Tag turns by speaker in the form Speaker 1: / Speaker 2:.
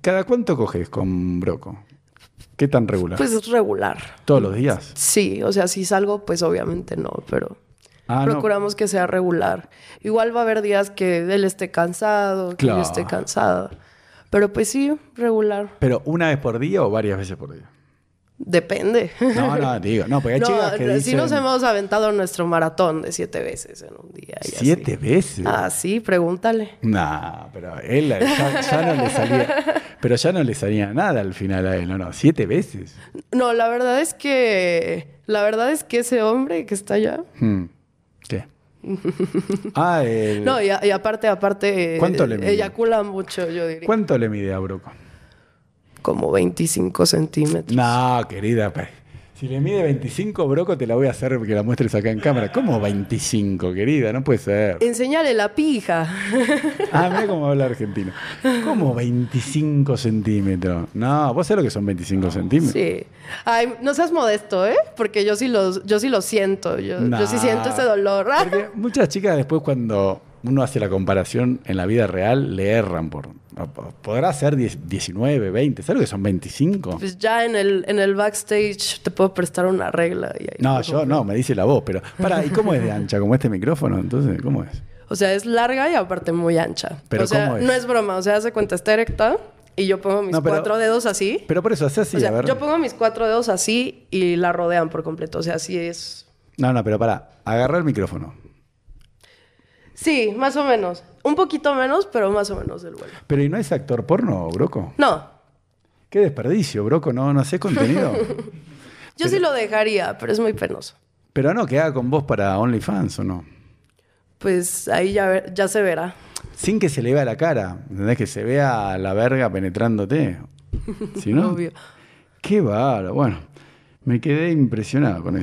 Speaker 1: ¿Cada cuánto coges con Broco? ¿Qué tan regular?
Speaker 2: Pues es regular.
Speaker 1: ¿Todos los días?
Speaker 2: Sí, o sea, si salgo, pues obviamente no, pero
Speaker 1: Ah, no.
Speaker 2: procuramos que sea regular. Igual va a haber días que él esté cansado, que
Speaker 1: Claro.
Speaker 2: yo esté cansada. Pero pues sí, regular.
Speaker 1: ¿Pero una vez por día o varias veces por día?
Speaker 2: Depende.
Speaker 1: No, no, digo. No, porque hay
Speaker 2: No,
Speaker 1: chicas que
Speaker 2: sí
Speaker 1: dicen
Speaker 2: nos hemos aventado nuestro maratón de siete veces en un día. y así.
Speaker 1: siete veces.
Speaker 2: Ah, sí, pregúntale.
Speaker 1: Nah, pero él ya, ya no le salía. Pero ya no le salía nada al final a él, no, no. Siete veces.
Speaker 2: No, la verdad es que. La verdad es que ese hombre que está allá.
Speaker 1: Hmm. ¿Qué? Ah, el-
Speaker 2: No, y, a- y aparte, aparte. eh,
Speaker 1: ¿Cuánto le mide?
Speaker 2: Eyacula mucho, yo diría.
Speaker 1: ¿Cuánto le mide a Broco?
Speaker 2: Como 25 centímetros.
Speaker 1: No, querida. pe- Si le mide 25, Broco, te la voy a hacer que la muestres acá en cámara. ¿Cómo 25, querida? No puede ser.
Speaker 2: Enseñale la pija.
Speaker 1: Ah, mira cómo habla argentino. ¿Cómo 25 centímetros? No, vos sabés lo que son 25 centímetros.
Speaker 2: Sí. Ay, no seas modesto, ¿eh? Porque yo sí los, yo sí lo siento. Yo,
Speaker 1: Nah.
Speaker 2: yo sí siento ese dolor.
Speaker 1: Porque muchas chicas después cuando uno hace la comparación en la vida real, le erran por... Podrá ser 10, 19, 20, ¿sabes lo que son 25?
Speaker 2: Pues ya en el, en el backstage te puedo prestar una regla. y ahí
Speaker 1: No,
Speaker 2: nos
Speaker 1: yo no, me dice la voz, pero... Pará, ¿y cómo es de ancha? ¿Como este micrófono? Entonces, ¿cómo es?
Speaker 2: O sea, es larga y aparte muy ancha.
Speaker 1: Pero
Speaker 2: o sea,
Speaker 1: ¿cómo es?
Speaker 2: no es broma. O sea, hace cuenta, está erecta y yo pongo mis
Speaker 1: No, pero-
Speaker 2: cuatro dedos así.
Speaker 1: Pero por eso, hace así,
Speaker 2: o sea,
Speaker 1: a ver.
Speaker 2: yo pongo mis cuatro dedos así y la rodean por completo. O sea, así es.
Speaker 1: No, no, pero pará, agarra el micrófono.
Speaker 2: Sí, más o menos. Un poquito menos, pero más o menos el vuelo.
Speaker 1: Pero ¿y no es actor porno, Broco?
Speaker 2: No,
Speaker 1: Qué desperdicio, Broco, no, no sé contenido.
Speaker 2: yo sí lo dejaría, pero es muy penoso.
Speaker 1: pero no, que haga con vos para OnlyFans o no.
Speaker 2: Pues ahí ya, ver- ya se verá.
Speaker 1: Sin que se le vea la cara, ¿entendés? Que se vea la verga penetrándote. Si no,
Speaker 2: Obvio.
Speaker 1: qué bárbaro. Bueno, me quedé impresionado con eso.